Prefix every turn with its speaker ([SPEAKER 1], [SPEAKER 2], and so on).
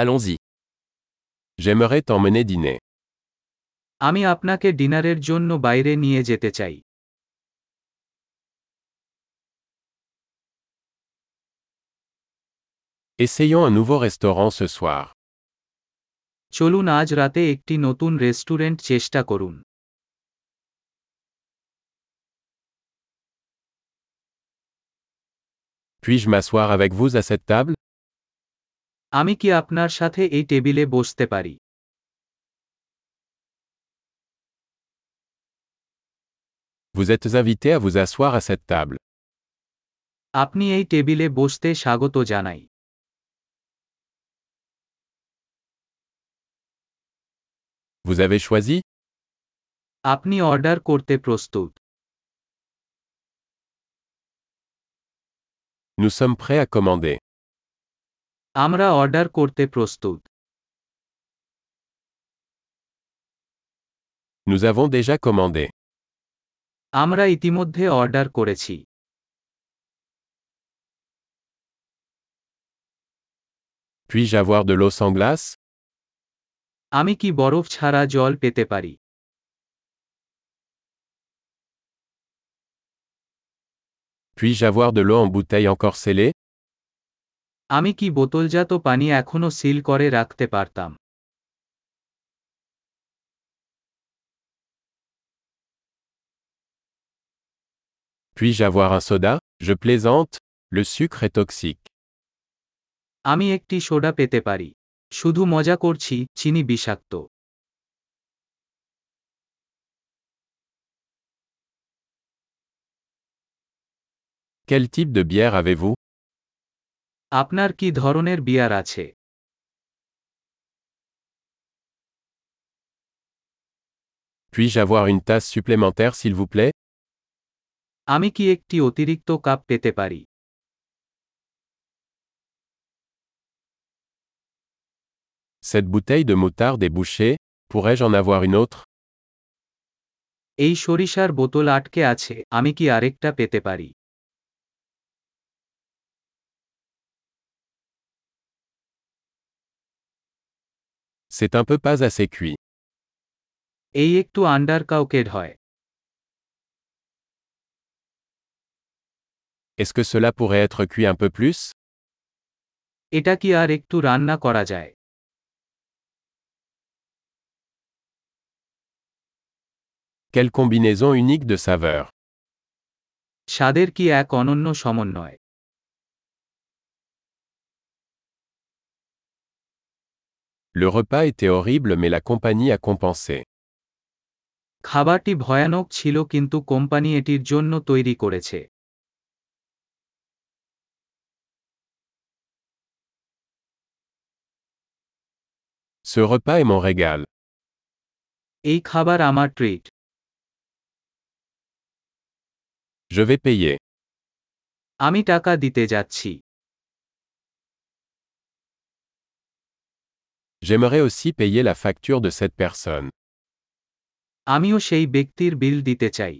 [SPEAKER 1] Allons-y. J'aimerais t'emmener dîner.
[SPEAKER 2] আমি আপনাকে ডিনারের জন্য বাইরে নিয়ে যেতে চাই
[SPEAKER 1] Essayons un nouveau restaurant ce soir.
[SPEAKER 2] চলুন আজ রাতে একটি নতুন রেস্টুরেন্ট চেষ্টা করুন
[SPEAKER 1] Puis-je m'asseoir avec vous à cette table
[SPEAKER 2] আমি কি আপনার সাথে এই টেবিলে বসতে পারি
[SPEAKER 1] Vous êtes invité à vous asseoir à cette table.
[SPEAKER 2] আপনি এই টেবিলে বসতে স্বাগত জানাই
[SPEAKER 1] Vous avez choisi
[SPEAKER 2] আপনি অর্ডার করতে প্রস্তুত
[SPEAKER 1] Nous sommes prêts à commander.
[SPEAKER 2] আমরা অর্ডার করতে প্রস্তুত
[SPEAKER 1] Nous avons déjà commandé.
[SPEAKER 2] আমরা ইতিমধ্যে অর্ডার করেছি
[SPEAKER 1] Puis-je avoir de l'eau sans glace
[SPEAKER 2] আমি কি বরফ ছাড়া জল পেতে পারি
[SPEAKER 1] Puis-je avoir de l'eau en bouteille encore scellée
[SPEAKER 2] আমি কি বোতলজাত পানি এখনও সিল করে রাখতে পারতাম
[SPEAKER 1] Puis-je avoir un soda Je plaisante. Le sucre est toxique.
[SPEAKER 2] আমি একটি সোডা পেতে পারি শুধু মজা করছি চিনি বিষাক্ত
[SPEAKER 1] Quel type de bière avez-vous
[SPEAKER 2] আপনার কি ধরনের বিয়ার আছে
[SPEAKER 1] Puis-je avoir une tasse supplémentaire s'il vous plaît
[SPEAKER 2] আমি কি একটি অতিরিক্ত কাপ পেতে পারি
[SPEAKER 1] Cette bouteille de moutarde est bouchée. Pourrais-je en avoir une autre
[SPEAKER 2] এই সরিষার বোতল আটকে আছে আমি কি আরেকটা পেতে পারি
[SPEAKER 1] C'est un peu pas assez cuit.
[SPEAKER 2] এই একটু আন্ডার কাউকেড হয়
[SPEAKER 1] Est-ce que cela pourrait être cuit un peu plus
[SPEAKER 2] এটা কি আর একটু রান্না করা যায়
[SPEAKER 1] Quelle combinaison unique de saveurs
[SPEAKER 2] স্বাদের কি এক অনন্য সমন্বয়
[SPEAKER 1] Le repas était horrible mais la compagnie a compensé.
[SPEAKER 2] খাবারটি ভয়ানক ছিল কিন্তু কোম্পানি এটির জন্য তৈরি করেছে
[SPEAKER 1] Ce repas est mon régal.
[SPEAKER 2] এই খাবার আমার ট্রিট
[SPEAKER 1] Je vais payer.
[SPEAKER 2] আমি টাকা দিতে যাচ্ছি
[SPEAKER 1] J'aimerais aussi payer la facture de cette personne.
[SPEAKER 2] আমিও সেই ব্যক্তির বিল দিতে চাই